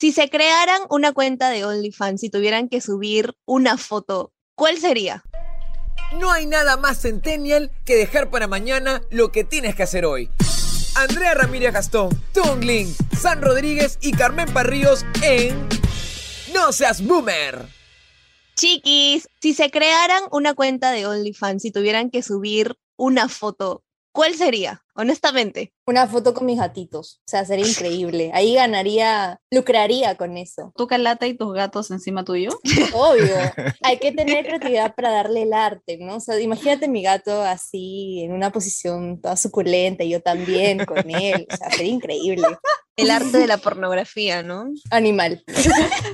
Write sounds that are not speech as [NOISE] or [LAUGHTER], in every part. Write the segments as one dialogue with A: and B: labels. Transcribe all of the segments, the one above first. A: Si se crearan una cuenta de OnlyFans y tuvieran que subir una foto, ¿cuál sería?
B: No hay nada más centennial que dejar para mañana lo que tienes que hacer hoy. Andrea Ramírez Gastón, Tungling, San Rodríguez y Carmen Parríos en No seas boomer.
A: Chiquis, si se crearan una cuenta de OnlyFans y tuvieran que subir una foto, ¿cuál sería? Honestamente.
C: Una foto con mis gatitos. O sea, sería increíble. Ahí ganaría, lucraría con eso.
D: tu calata y tus gatos encima tuyo.
C: Obvio. Hay que tener creatividad para darle el arte, ¿no? O sea, imagínate mi gato así, en una posición toda suculenta, y yo también con él. O sea, sería increíble.
A: [LAUGHS] El arte de la pornografía, ¿no?
C: Animal.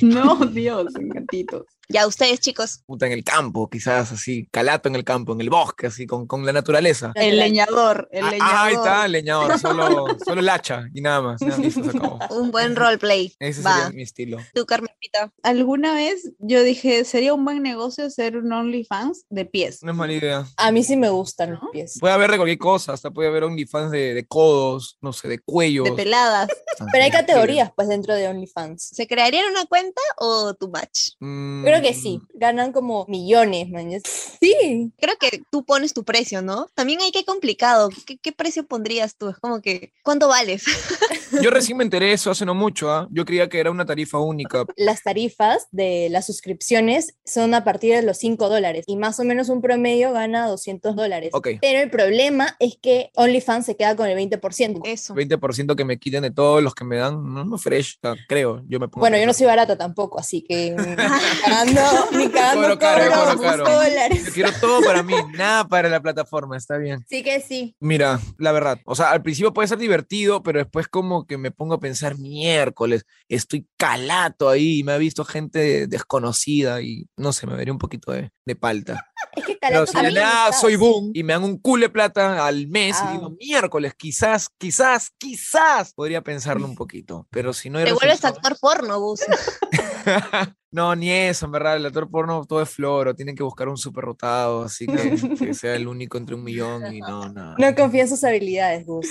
D: No, Dios, gatitos.
A: Ya ustedes, chicos.
B: Puta, en el campo, quizás así, calato en el campo, en el bosque, así, con, con la naturaleza.
D: El leñador, el
B: Ah,
D: leñador.
B: ahí está, leñador, solo,
C: [LAUGHS]
B: solo el hacha y nada más. Ya, listo, se acabó.
A: Un [LAUGHS] buen roleplay.
B: Ese
A: Va.
B: sería mi estilo.
A: Tú, Carmenita.
D: Alguna vez yo dije, sería un buen negocio hacer un OnlyFans de pies.
B: No es mala idea.
C: A mí sí me gustan los pies.
B: Puede haber de cualquier cosa, hasta puede haber OnlyFans de, de codos, no sé, de cuellos.
D: De peladas.
C: Pero hay categorías, pues, dentro de OnlyFans.
A: ¿Se crearían una cuenta o tu match?
B: Mm,
C: Creo que sí. Ganan como millones, man. Sí.
A: Creo que tú pones tu precio, ¿no? También hay que complicado. ¿Qué, qué precio pondrías tú? Es como que, ¿cuánto vales?
B: Yo recién me enteré de eso hace no mucho, ¿ah? Yo creía que era una tarifa única.
C: Las tarifas de las suscripciones son a partir de los 5 dólares y más o menos un promedio gana 200 dólares.
B: Ok.
C: Pero el problema es que OnlyFans se queda con el 20%.
A: Eso.
B: 20% que me quiten de todos los que me dan, no, no fresh, o sea, creo, yo me pongo.
C: Bueno, yo no
B: fresh.
C: soy barata tampoco, así que ni cagando, ni cagando
B: Cobro caro,
C: cobro
B: cobro caro.
C: 5 dólares.
B: Yo quiero todo para
C: [LAUGHS]
B: mí, nada para la plataforma, está bien.
C: Sí que sí.
B: Mira, la verdad, o sea, al principio puede ser divertido, pero después como que me pongo a pensar miércoles, estoy calato ahí, me ha visto gente desconocida y no sé, me vería un poquito de, de palta.
C: Es que
B: Pero
C: Calato
B: si de
C: también
B: nada
C: está.
B: soy boom y me dan un culo de plata al mes
C: Ah.
B: y digo miércoles, quizás, quizás, quizás podría
A: [LAUGHS]
B: pensarlo un poquito, pero si no hay
A: Te vuelves
B: resultado-
A: actor porno, Gus.
B: No, ni eso, en verdad, el actor porno todo es floro, tienen que buscar un super rotado, así que, que sea el único entre un millón
A: [LAUGHS]
B: y no, no.
C: No confía en sus habilidades, Gus.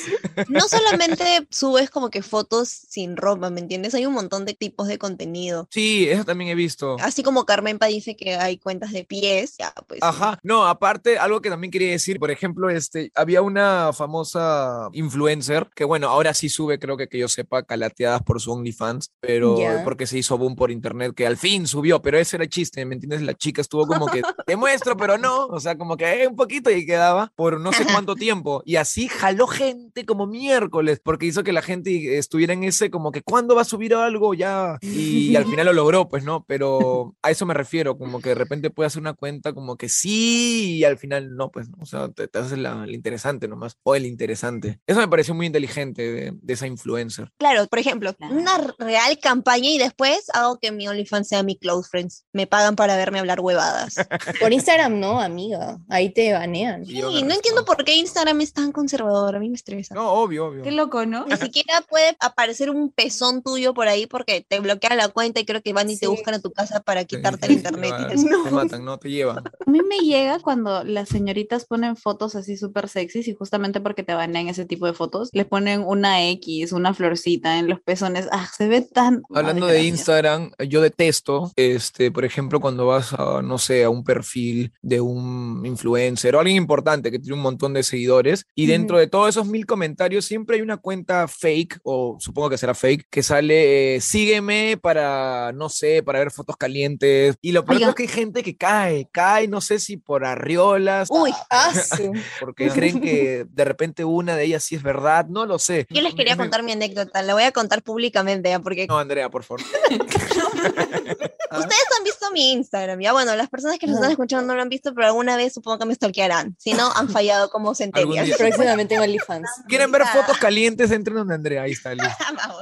A: No solamente subes como que fotos sin ropa, ¿me entiendes? Hay un montón de tipos de contenido.
B: Sí, eso también he visto.
A: Así como Carmenpa dice que hay cuentas de pies, ya pues.
B: Ajá, no, aparte, algo que también quería decir, por ejemplo, este, había una famosa influencer que, bueno, ahora sí sube, creo que que yo sepa, calateadas por su OnlyFans, pero
C: Ya.
B: porque se hizo boom por internet, que al fin subió, pero ese era el chiste, ¿me entiendes? La chica estuvo como que, te muestro, pero no, o sea, como que eh, un poquito y quedaba por no sé cuánto tiempo, y así jaló gente como miércoles, porque hizo que la gente eh, estuviera en ese como que, ¿cuándo va a subir algo ya? Y, al final lo logró, pues, ¿no? Pero a eso me refiero, como que de repente puede hacer una cuenta como que sí, y al final no, pues, ¿no? o sea, te, te haces la, el interesante nomás, o el interesante. Eso me pareció muy inteligente de, de esa influencer.
A: Claro, por ejemplo,
D: Claro.
A: una real campaña y después hago que mi OnlyFans sea mi close friends. Me pagan para verme hablar huevadas.
B: [LAUGHS]
C: Por Instagram no, amiga. Ahí te banean.
A: Sí,
B: Y yo
A: no
B: me
A: entiendo por qué Instagram es tan conservador, a mí me estresa.
B: No, obvio, obvio.
D: Qué loco, ¿no?
A: Ni siquiera puede aparecer un pezón tuyo por ahí porque te bloquean la cuenta y creo que van y te
C: Sí.
A: buscan a tu casa para
B: Sí,
A: quitarte el
B: sí, sí,
A: internet.
B: va,
A: y [LAUGHS] te-
B: Te matan, ¿no? Te llevan.
D: A mí me llega cuando las señoritas ponen fotos así súper sexys y justamente porque te banean ese tipo de fotos, les ponen una X, una florcita en los pezones. Ah, se ve tan...
B: Hablando
D: Madre
B: de
D: mía.
B: Instagram, yo detesto, este, por ejemplo, cuando vas a, no sé, a un perfil de un influencer o alguien importante que tiene un montón de seguidores y
D: Ujú.
B: dentro de todos esos mil comentarios siempre hay una cuenta fake o supongo que será fake que sale, eh, sígueme para, no sé, para ver fotos calientes. Y lo peor
D: Oigan.
B: es que hay gente que cae, cae, no sé si por arriolas,
A: Uy,
C: Ah,
B: [LAUGHS]
C: su.
B: porque creen que de repente una de ellas sí es verdad, no lo sé.
A: yo les quería
B: Es mi-
A: contar mi anécdota, la voy a contar públicamente ¿ah? porque
B: No, Andrea, por favor.
A: ustedes han visto mi Instagram, ya bueno, las personas que nos están
C: Ajá.
A: escuchando no lo han visto, pero alguna vez supongo que me stalkearán, si no han fallado como centenias.
B: día.
C: Próximamente en OnlyFans.
B: ¿Quieren ver
A: Ah.
B: fotos calientes? Entren donde Andrea, ahí está, listo.
A: [LAUGHS] Vamos.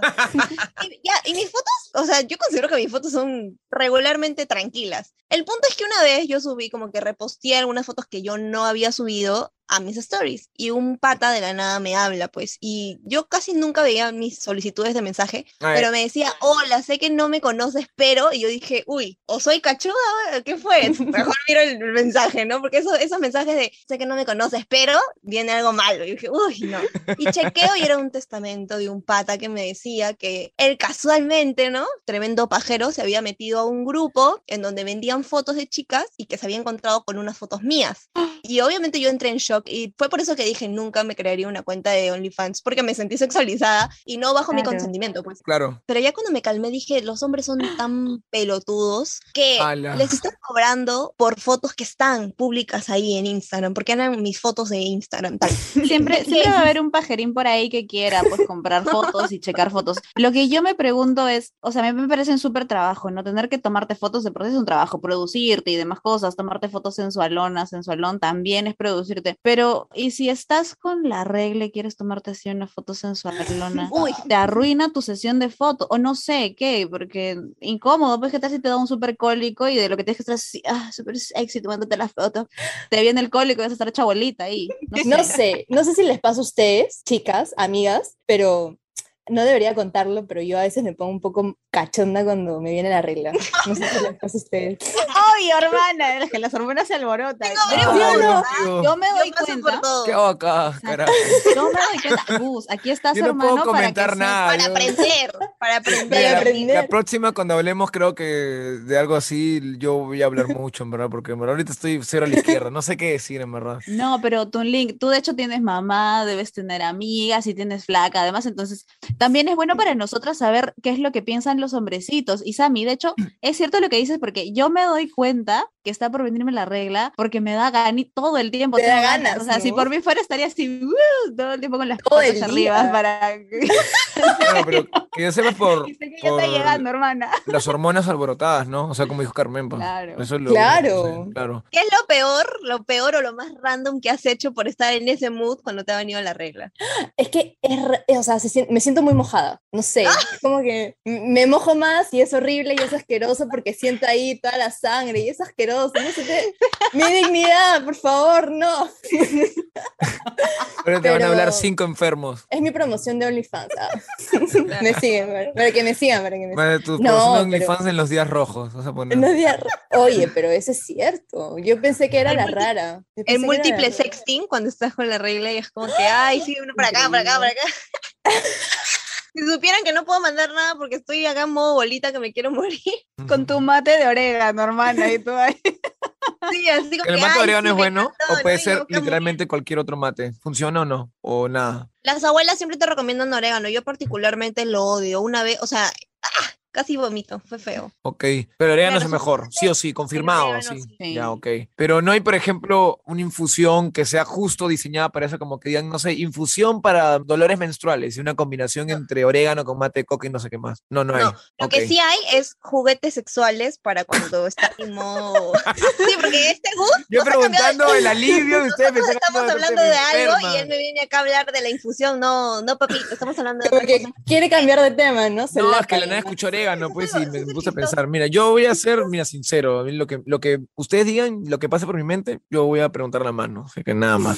A: Y, ya, y mis fotos, o sea, yo considero que mis fotos son regularmente tranquilas. El punto es que una vez yo subí, como que reposteé algunas fotos que yo no había subido a mis stories. Y un pata de la nada me habla, pues. Y yo casi nunca veía mis solicitudes de mensaje,
B: A ver,
A: pero me decía, hola, sé que no me conoces, pero. Y yo dije, uy, o soy cachuda, o- ¿qué
B: [LAUGHS]
A: fue? Mejor miro el el mensaje, ¿no? Porque eso, esos mensajes de, sé que no me conoces, pero viene algo malo. Y dije, uy, no. Y chequeo y era un testamento de un pata que me decía que él casualmente, ¿no? Tremendo pajero, se había metido a un grupo en donde vendían fotos de chicas y que se había encontrado con unas fotos mías. Y obviamente yo entré en shock y fue por eso que dije nunca me crearía una cuenta de OnlyFans porque me sentí sexualizada y no bajo mi
D: Claro.
A: consentimiento, pues.
B: Claro.
A: Pero ya cuando me calmé dije, los hombres son tan pelotudos
D: Eh,
A: que
B: Ala.
A: les están cobrando por fotos que están públicas ahí en Instagram, porque eran mis fotos de Instagram. Tal.
D: [LAUGHS] Siempre, siempre va a haber un pajerín por ahí que quiera pues comprar fotos y checar fotos. Lo que yo me pregunto es, o sea, a mí me parece un súper trabajo, ¿no? Tener que tomarte fotos de proceso es un trabajo, producirte y demás cosas, tomarte fotos sensualonas, sensualón también es producirte. Pero, ¿y si estás con la regla y quieres tomarte así una
A: [LAUGHS]
D: foto sensualona?
A: Uy,
D: Te arruina tu sesión de fotos, o no sé qué, porque incómodo, pues que tal si te da un súper cólico y de lo que tienes que estar así, ah, súper sexy tomándote las fotos, te viene el cólico y vas a estar chabolita ahí.
C: No sé, no sé si les pasa a ustedes, chicas, amigas, pero no debería contarlo, pero yo a veces me pongo un poco cachonda cuando me viene la regla. No sé si les pasa a ustedes.
D: Obvio, hermana, es [LAUGHS] que las hormonas se alborotan.
A: pero
D: Yo-
B: Ay,
C: bueno.
B: Dios mío.
D: Yo me doy
A: yo paso por
D: cuenta.
A: todo.
B: ¿Qué hago acá, carajo?
D: Yo me doy cuenta. Gus, aquí está su
B: Yo no
D: hermano
B: puedo
D: para que
B: comentar
D: sepa.
B: nada.
A: Para
B: yo-
A: aprender, para
B: Mira,
A: aprender.
B: la-
C: aprender.
B: La próxima, cuando hablemos, creo que de algo así, yo voy a hablar mucho, en verdad, porque en verdad, ahorita estoy cero a la izquierda, no sé qué decir, en verdad.
D: No, pero tú, Link, tú de hecho tienes mamá, debes tener amigas y tienes flaca, además, entonces también es bueno para nosotras saber qué es lo que piensan los hombrecitos. Y Sammy, de hecho, es cierto lo que dices porque yo me doy cuenta que está por venirme la regla porque me da gani todo el tiempo.
C: Te da
D: tengo
C: ganas,
D: O sea, si
C: ¿no?
D: por mí fuera estaría así ¡uh! todo el tiempo con las
C: Todo el
D: patas arriba
C: día.
D: para... [LAUGHS]
B: Bueno, pero que yo sepa es por
D: Y sé que ya está
B: por
D: llegando, hermana.
B: las hormonas alborotadas, ¿no? O sea, como dijo Carmen, pa.
D: Claro.
B: Eso es lo-
C: Claro.
B: sí, claro.
A: ¿Qué es lo peor, lo peor o lo más random que has hecho por estar en ese mood cuando te ha venido la [LAUGHS] regla?
C: Es que, es ra- eh, o sea, se sien- me siento muy mojada, no sé, es como que m- me mojo más y es horrible y es asqueroso porque siento ahí toda la sangre y es asqueroso, no sé qué. Mi dignidad, por favor, no.
B: Ahora te van a
C: Pero-
B: hablar cinco enfermos.
C: Es mi promoción de OnlyFans. ah. me siguen, para, para que me sigan, para que me sigan.
B: Más de tus
C: No,
B: personas
C: pero-
B: OnlyFans en los días rojos, vas a poner.
C: No es de ar- Oye, pero eso es cierto. Yo pensé que era
A: El
C: la
A: múlti-
C: rara. Yo pensé que
A: El
C: era la
A: múltiple
C: rara.
A: sexting, cuando estás con la regla y es como que, ay, sí, uno para acá, para acá, para acá. [LAUGHS] Si supieran que no puedo mandar nada porque estoy acá en modo bolita que me quiero [LAUGHS] morir.
D: Con tu mate de orégano, hermana, y tú ahí.
A: Sí, así [LAUGHS] como
B: ¿El
A: que, ay,
B: mate de
A: sí,
B: orégano
A: me
B: es bueno?
A: encantó,
B: ¿O puede
A: ¿no? Y
B: ser
A: yo como-
B: literalmente cualquier otro mate? ¿Funciona o no? ¿O nada?
A: Las abuelas siempre te recomiendan orégano. Yo particularmente lo odio. Una vez, o sea, ¡ah! casi vomito, fue feo.
B: Ok, pero orégano es
A: Claro,
B: mejor, sí o sí, confirmado,
A: orégano,
B: sí.
D: sí.
B: Ya, ok. Pero no hay, por ejemplo, una infusión que sea justo diseñada para eso, como que digan, no sé, infusión para dolores menstruales y una combinación entre orégano con mate de coca y no sé qué más. No, no hay.
A: No, Lo
B: Ok.
A: que sí hay es juguetes sexuales para cuando está en modo. [LAUGHS] Sí, porque este gusto.
B: Yo
A: nos ha cambiado [LAUGHS]
B: preguntando el alivio de ustedes
A: Nosotros
B: pensando,
A: estamos
B: "No,
A: hablando de
B: ustedes
A: algo y
B: enferman".
A: él me viene acá a hablar de la infusión. No, no, papito, estamos hablando de
C: Como
A: otra
C: que
A: cosa.
C: quiere cambiar de tema, ¿no? Se
B: No, es
C: lata
B: que la nada
C: nomás.
B: escuché orégano, pues
A: eso
B: y
A: es
B: me
A: lo
B: puse a
A: chistoso.
B: pensar, mira, yo voy a ser, mira, sincero, a mí lo que, lo que ustedes digan, lo que pase por mi mente, yo voy a preguntar la mano, o sea que nada más.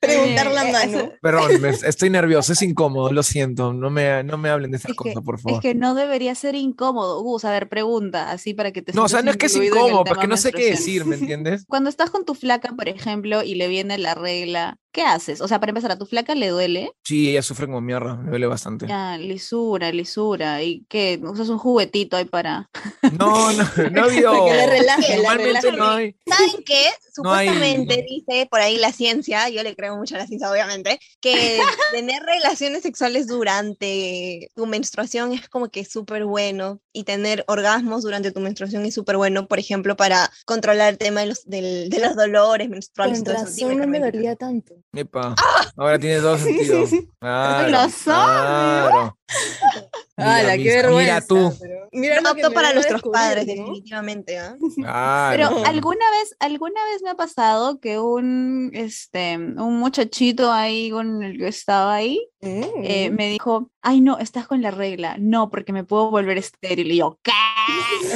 C: Preguntar la
D: Eh,
C: mano.
B: Perdón, me- estoy nervioso, es incómodo, lo siento. No me, no me hablen de esas
D: Es que-
B: cosas, por
D: [LAUGHS] Es
B: favor.
D: que no debería ser incómodo. Gus, a ver, pregunta, así para que te
B: no, o sea,
D: sientas
B: no es que es
D: incluido en el
B: incómodo,
D: tema
B: porque no sé qué
D: menstruación.
B: decir, ¿me entiendes?
D: Cuando estás con tu flaca, por ejemplo, y le viene la regla, ¿qué haces? O sea, para empezar, ¿a tu flaca le duele?
B: Sí, ella sufre como mierda, me duele bastante.
D: Ya, lisura, lisura. ¿Y qué? ¿Usas un juguetito ahí para...?
B: No, no, [LAUGHS] no ha habido.
C: Para que le relaje,
A: que
C: la
B: Normalmente
C: relaje.
B: no hay.
A: ¿Saben qué?
B: No hay-
A: Supuestamente dice por ahí la ciencia, yo le creo mucho a la ciencia, obviamente, que tener relaciones sexuales durante tu menstruación es como que súper bueno y tener orgasmos durante tu menstruación es súper bueno, por ejemplo, para controlar el tema de los, del- de los dolores menstruales. y
C: Con
A: todo eso. Dime,
C: razón no me
A: Carmen.
C: dolía tanto. [LAUGHS]
B: Epa, ahora tiene todo sentido. Claro,
D: Razón,
B: claro.
C: ¡Hala,
B: mis-
C: qué vergüenza!
B: Mira tú.
C: pero- Mira lo que
A: apto
C: me
A: para
C: voy a
A: nuestros
C: descubrir,
A: padres,
C: ¿no?
A: definitivamente.
C: [LAUGHS]
A: ¿ah?
B: Claro.
D: Pero alguna vez, alguna vez me ha pasado que un, este, un muchachito ahí con el que estaba ahí
C: Mm.
D: eh, me dijo, ay no, estás con la regla, no, porque me puedo volver estéril. Y yo, ¿qué?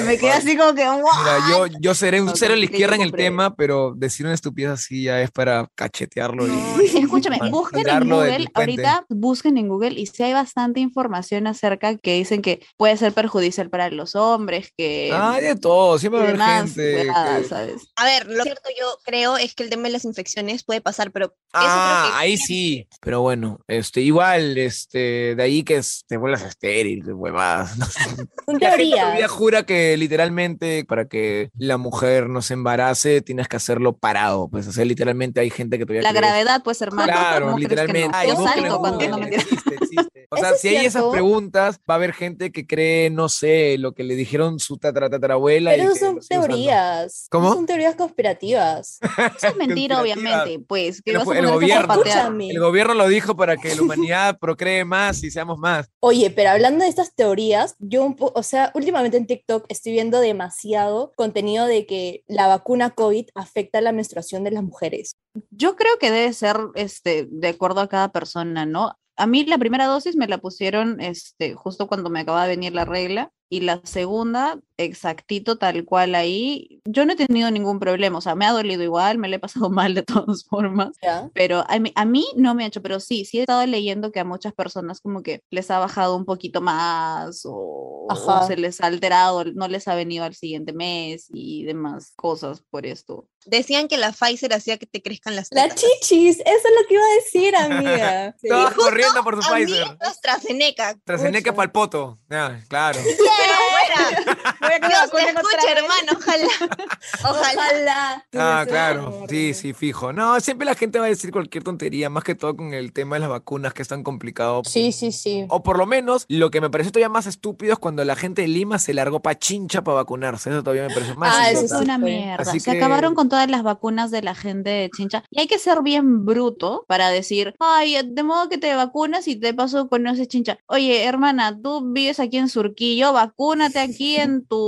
D: Me quedé así como que, "What?".
B: Mira, yo, yo seré un
D: No,
B: cero a la
D: tranquilo,
B: izquierda en el
D: hombre.
B: tema, pero decir una estupidez así ya es para cachetearlo. y-
D: No, escúchame,
B: Para
D: busquen en
B: juzgarlo
D: Google,
B: delincuente.
D: ahorita busquen en Google y si hay bastante información acerca que dicen que puede ser perjudicial para los hombres, que
B: Ah, hay de todo,
D: y
B: siempre va a haber
D: demás,
B: gente. que-
D: eh, huevadas, ¿sabes?
A: A ver, lo cierto yo creo es que el tema de las infecciones puede pasar, pero
B: Ah,
A: eso creo que
B: ahí sí. Pero bueno, este, igual, este, de ahí que es- te vuelvas estéril, qué huevadas. ¿no?
C: Son
B: La gente
C: teorías.
B: todavía jura que literalmente para que la mujer no se embarace tienes que hacerlo parado. Pues, o sea, literalmente hay gente que todavía.
D: La
B: cree eso.
D: gravedad, pues hermano,
B: Claro,
D: ¿cómo crees que no?
B: literalmente. Ay,
D: Yo
B: ¿cómo
D: salgo
B: crees que
D: cuando
B: no?
D: no me
B: Existe, existe. O
C: Eso
B: sea,
C: es
B: si hay esas
C: cierto.
B: preguntas, va a haber gente que cree, no sé, lo que le dijeron su tatara- tatarabuela.
C: Pero
B: y
C: eso
B: que
C: son
B: lo sigue usando.
C: teorías.
B: ¿Cómo?
C: Son teorías conspirativas.
B: [LAUGHS]
D: Eso es mentira,
B: Conspirativas.
D: obviamente, pues. Que
B: Pero
D: vas
B: fue
D: a
B: el
D: ponerte a
B: gobierno.
D: zapatear.
C: Escúchame.
B: El gobierno lo dijo para que
C: [LAUGHS]
B: la humanidad procree más y seamos más.
C: Oye, pero hablando de estas teorías, yo un poco, o sea, últimamente en TikTok estoy viendo demasiado contenido de que la vacuna COVID afecta la menstruación de las mujeres.
D: Yo creo que debe ser este, de acuerdo a cada persona, ¿no? A mí la primera dosis me la pusieron este, justo cuando me acaba de venir la regla y la segunda exactito tal cual ahí. Yo no he tenido ningún problema, o sea, me ha dolido igual, me la he pasado [LAUGHS] mal de todas formas,
C: ¿ya?
D: pero a mí, a mí no me ha hecho, pero sí, sí he estado leyendo que a muchas personas como que les ha bajado un poquito más o, o
C: Ajá.
D: se les ha alterado, no les ha venido al siguiente mes y demás cosas por esto.
A: decían que la Pfizer hacía que te crezcan las
C: La
A: tetas.
C: chichis, eso es lo que iba a decir, amiga. Sí.
B: Todos corriendo por su
A: A mí,
B: Pfizer.
A: AstraZeneca.
B: Traseneca
C: pucha.
B: pa'l poto. Ah,
C: [LAUGHS]
B: claro.
A: Pero fuera. Dios te escucha, hermano. Ojalá. Ojalá.
C: Ojalá.
B: Ah,
C: Tú
B: claro.
C: seas
B: Sí,
C: amor.
B: sí, fijo. No, siempre la gente va a decir cualquier tontería, más que todo con el tema de las vacunas, que es tan complicado.
C: Sí, sí, sí.
B: O por lo menos, lo que me pareció todavía más estúpido es cuando la gente de Lima se largó pa' Chincha para vacunarse. Eso todavía me pareció más
C: Ah, eso
D: es
B: idiota.
C: sí.
D: una
C: fue.
D: mierda.
B: Así
D: Se
B: que-
D: acabaron con todas las vacunas de la gente de Chincha. Y hay que ser bien bruto para decir, ay, de modo que te vacunas y te paso conoces Chincha. Oye, hermana, tú vives aquí en Surquillo, vacúnate aquí en tu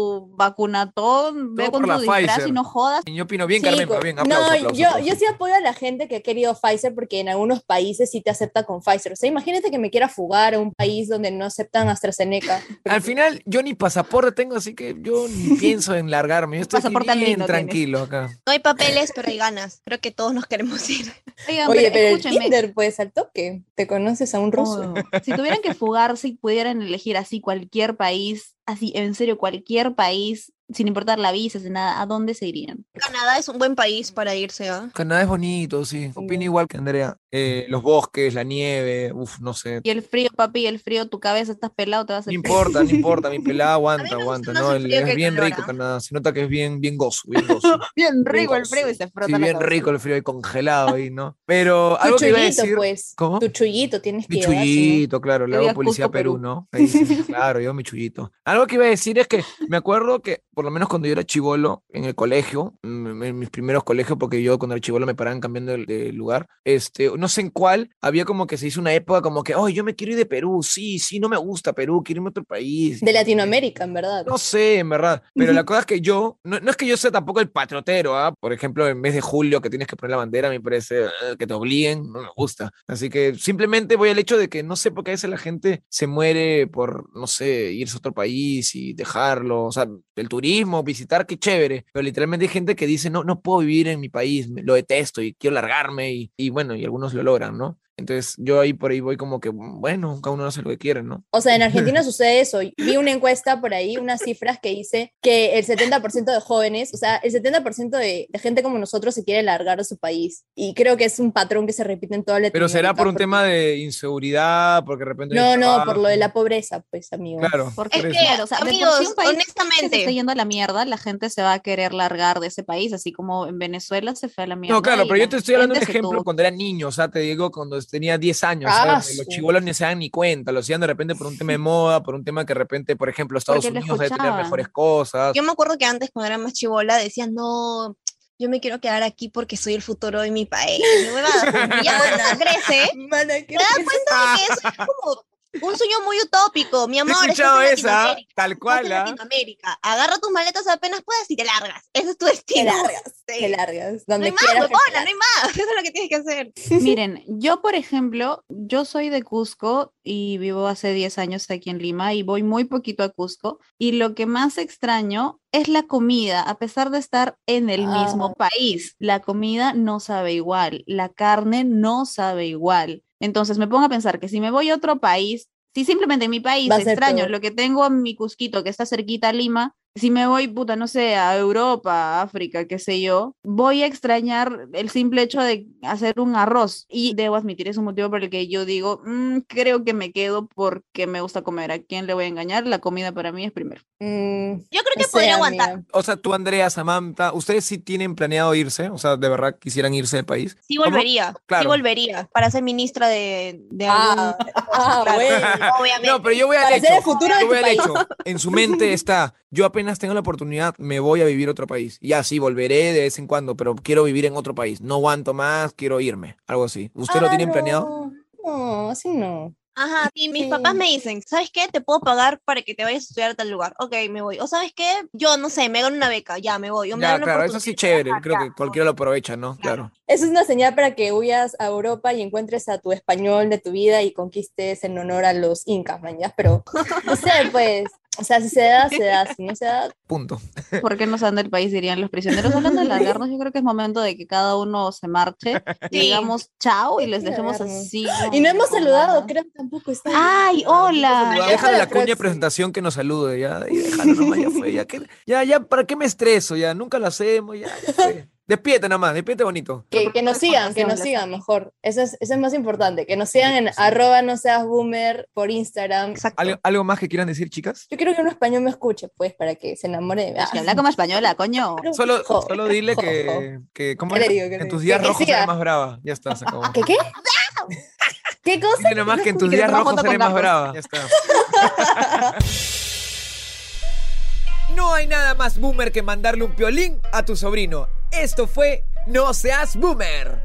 D: vacunatón, ve
B: Todo
D: con
B: por la
D: tu disfraz
B: Pfizer.
D: y no jodas.
B: Y Yo opino bien,
C: Sí,
B: Carmen,
C: co-
B: pero bien,
C: no,
B: aplauso, aplauso,
C: yo,
B: aplauso.
C: yo sí apoyo a la gente que ha querido Pfizer porque en algunos países sí te acepta con Pfizer. O sea, imagínate que me quiera fugar a un país donde no aceptan AstraZeneca.
B: Al final, yo ni pasaporte tengo, así que yo ni pienso en largarme. Yo estoy aquí
D: Pasaporte
B: bien
D: andino tienes.
B: tranquilo acá.
A: No hay papeles, pero hay ganas. Creo que todos nos queremos ir.
D: Oigan,
C: Oye,
D: pero
C: pero el
D: escúchenme.
C: Tinder, pues, al toque. Te conoces a un ruso.
D: Oh, si tuvieran que fugarse y pudieran elegir así cualquier país, así en serio, cualquier país, sin importar la visa, sin nada, ¿a dónde se irían?
A: Canadá es un buen país para irse, ¿ah?
B: Canadá es bonito, sí. Opino
C: Sí.
B: igual que Andrea. Eh, los bosques, la nieve, uff, no sé.
D: Y el frío, papi, el frío, tu cabeza estás pelado, te vas a
B: No importa, no importa, mi pelada aguanta,
A: gusta
B: aguanta,
A: más
B: ¿no?
A: el
B: El-
A: frío que
B: es
A: el
B: bien
A: calor,
B: rico
A: ¿ah?
B: Canadá, se nota que es bien, bien gozo, bien gozo.
D: Bien
B: rico
D: rico
B: el
D: el
B: frío
D: frío
B: y
D: y se
B: Sí,
D: frota
B: bien rico el frío ahí congelado ahí, ¿no? Pero
C: Tu
B: algo que iba a
C: chullito,
B: decir...
C: pues.
B: ¿Cómo?
C: Tu chullito tienes que
B: Mi
C: llevar. si no-
B: chullito, claro, le
D: Yo
B: hago
D: diría
B: publicidad a
D: Cusco,
B: Perú,
D: Perú.
B: ¿no? Ahí
C: [LAUGHS]
B: sí, claro, yo mi chullito. Algo que iba a decir es que me acuerdo que, por lo menos cuando yo era chivolo en el colegio, mm, en mis primeros colegios, porque yo cuando era chivolo me paraban cambiando de, de lugar, este, no sé en cuál, había como que se hizo una época como que, oh, yo me quiero ir de Perú, sí, sí, no me gusta Perú, quiero irme a otro país.
C: De Latinoamérica, en verdad.
B: No sé, en verdad. Pero la cosa es que yo, no, no es que yo sea tampoco el patriotero, ¿ah? Por ejemplo, en vez de julio que tienes que poner la bandera, me parece eh, que te obliguen, no me gusta. Así que simplemente voy al hecho de que no sé por qué a veces la gente se muere por, no sé, irse a otro país y dejarlo. O sea, el turismo, visitar, qué chévere. Pero literalmente hay gente que dice, no, no puedo vivir en mi país, me- lo detesto y quiero largarme. Y, y bueno, y algunos lo logran, ¿no? Entonces yo ahí por ahí voy como que, bueno, cada uno hace lo que quiere, ¿no?
C: O sea, en
B: [LAUGHS]
C: Argentina sucede eso. Vi una encuesta por ahí, unas cifras que dice que el 70% de jóvenes, o sea, el 70% de, de gente como nosotros se quiere largar de su país. Y creo que es un patrón que se repite en toda Latinoamérica.
B: Pero será por un
C: porque-
B: tema de inseguridad, porque de repente...
C: No, no, por
B: trabajo.
C: lo de la pobreza, pues, amigo.
B: Claro.
D: Porque,
B: por
A: Es
B: eso.
A: que,
D: claro, o sea, de por sí un
A: amigos,
D: país que se está
A: honestamente,
D: yendo a la mierda, la gente se va a querer largar de ese país, así como en Venezuela se fue a la mierda.
B: No, claro,
D: y
B: pero yo
D: la
B: te estoy hablando de un
D: gente se
B: ejemplo
D: tuvo-
B: cuando era niño, o sea, te digo cuando tenía 10 años,
C: Ah,
B: o sea, los
C: su-
B: chivolos ni se dan ni cuenta, lo hacían de repente por un
C: [LAUGHS]
B: tema de moda, por un tema que de repente, por ejemplo, Estados
D: Porque lo
B: Unidos debe tener
D: escuchaban.
B: mejores cosas.
A: yo me acuerdo que antes, cuando era más chivola, decían, no, yo me quiero quedar aquí porque soy el futuro de mi país. No me va a- y ya cuando crece,
C: Mana, ¿qué
A: te das
C: es?
A: cuenta de que eso es como Un sueño muy utópico, mi
B: He
A: amor.
B: escuchado
A: estás en
B: esa,
A: Latinoamérica, estás
B: tal
A: en
B: cual, ¿ah?
A: Latinoamérica. Agarra tus maletas apenas puedas y te largas. Ese es tu destino.
C: largas,
A: Sí.
C: te largas.
A: No
C: Donde
A: hay más,
C: quieras. que te
A: huevona, no hay más. [LAUGHS] Eso es lo que tienes que hacer.
D: Miren, yo por ejemplo, yo soy de Cusco y vivo hace 10 años aquí en Lima y voy muy poquito a Cusco y lo que más extraño es la comida, a pesar de estar en el
B: Ah.
D: mismo país, la comida no sabe igual, la carne no sabe igual. Entonces me pongo a pensar que si me voy a otro país, si simplemente en mi país
C: Va a ser
D: extraño
C: peor.
D: lo que tengo en mi Cusquito que está cerquita a Lima, si me voy, puta, no sé, a Europa, a África, qué sé yo, voy a extrañar el simple hecho de hacer un arroz. Y debo admitir, es un motivo por el que yo digo, "Mm, creo que me quedo porque me gusta comer. ¿A quién le voy a engañar? La comida para mí es
C: [LAUGHS]
D: primero.
C: Mm,
A: Yo creo
C: no
A: que
C: sé,
A: podría aguantar.
C: amiga.
B: O sea, tú, Andrea, Samantha, ¿ustedes sí tienen planeado irse? O sea, ¿de verdad quisieran irse del país?
A: Sí
B: ¿Cómo?
A: volvería, sí
B: Claro.
A: volvería para ser ministra de, de
C: Ah,
A: algún-
C: ah,
A: Claro.
C: bueno.
A: [LAUGHS] Obviamente.
B: No, pero yo voy al
C: Para ser el
B: hecho.
C: futuro de
B: Yo
C: tu
B: voy al
C: país.
B: hecho. En su
C: [LAUGHS]
B: mente está, yo apenas tenga la oportunidad, me voy a vivir a otro país. Y así volveré de vez en cuando, pero quiero vivir en otro país. No aguanto más, quiero irme. Algo así. ¿Ustedes lo
C: Ah,
B: tienen
C: no.
B: planeado?
C: No, así no.
A: Ajá, y mis
C: Sí.
A: papás me dicen, ¿sabes qué? Te puedo pagar para que te vayas a estudiar a tal lugar. Ok, me voy. O ¿sabes qué? Yo no sé, me gano una beca, ya me voy. O me
B: Ya,
A: dan una
B: claro, eso sí
A: oportunidad
B: chévere. Creo
A: acá,
B: que cualquiera lo aprovecha, ¿no? Claro.
C: Eso es una señal para que huyas a Europa y encuentres a tu español de tu vida y conquistes en honor a los incas, man, ya, Pero no sé, pues. O sea, si se da, se da. Si no se da,
B: Punto.
D: ¿Por qué no se han del país? Dirían los prisioneros. Hablando de largarnos, yo creo que es momento de que cada uno se
C: [LAUGHS]
D: marche,
A: Sí.
D: digamos chao y
C: Hay
D: les
C: que
D: dejemos
C: largarnos.
D: así.
C: Y no hemos
D: como
C: saludado,
D: nada.
C: creo que tampoco está.
D: Ay, hola.
C: Ah, Ya
B: Déjale
C: para
B: la
C: la
B: cuña de
C: próxima.
B: presentación que nos salude, ya. Y déjalo nomás, ya fue. Ya, que- ya, ya, ¿para qué me estreso? Ya, nunca lo hacemos, ya. ya
C: [LAUGHS]
B: fue. Despídete nomás, despídete bonito.
C: Que, que nos sigan, que nos sigan mejor. Eso es, eso es más importante. Que nos sigan en arroba no seas boomer por Instagram.
A: Exacto.
B: ¿Algo, algo más que quieran decir, chicas?
C: Yo quiero que un español me escuche, pues, para que se enamore de mí. Ah,
D: Es Pues que habla como española, coño.
C: [LAUGHS]
B: Solo,
C: Jo,
B: solo dile
C: jo,
B: que, que ¿cómo
C: ¿Qué
B: era?
C: le digo? ¿Qué
B: Que
C: le
B: en
C: digo?
B: tus días
C: Que- que
B: rojos
C: siga.
B: eres más brava. Ya está, se acabó.
C: [LAUGHS] ¿Qué qué? ¿Qué cosa?
B: Dile
C: [LAUGHS]
B: nomás que en tus
D: Que
B: días
D: trabajo
B: rojos
D: junto
B: eres
D: con
B: más
D: Carlos.
B: brava. Ya está. [LAUGHS] No hay nada más boomer que mandarle un piolín a tu sobrino. Esto fue No Seas Boomer.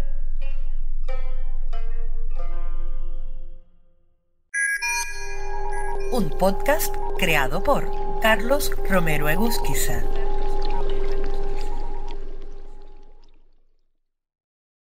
E: un podcast creado por Carlos Romero Egusquiza.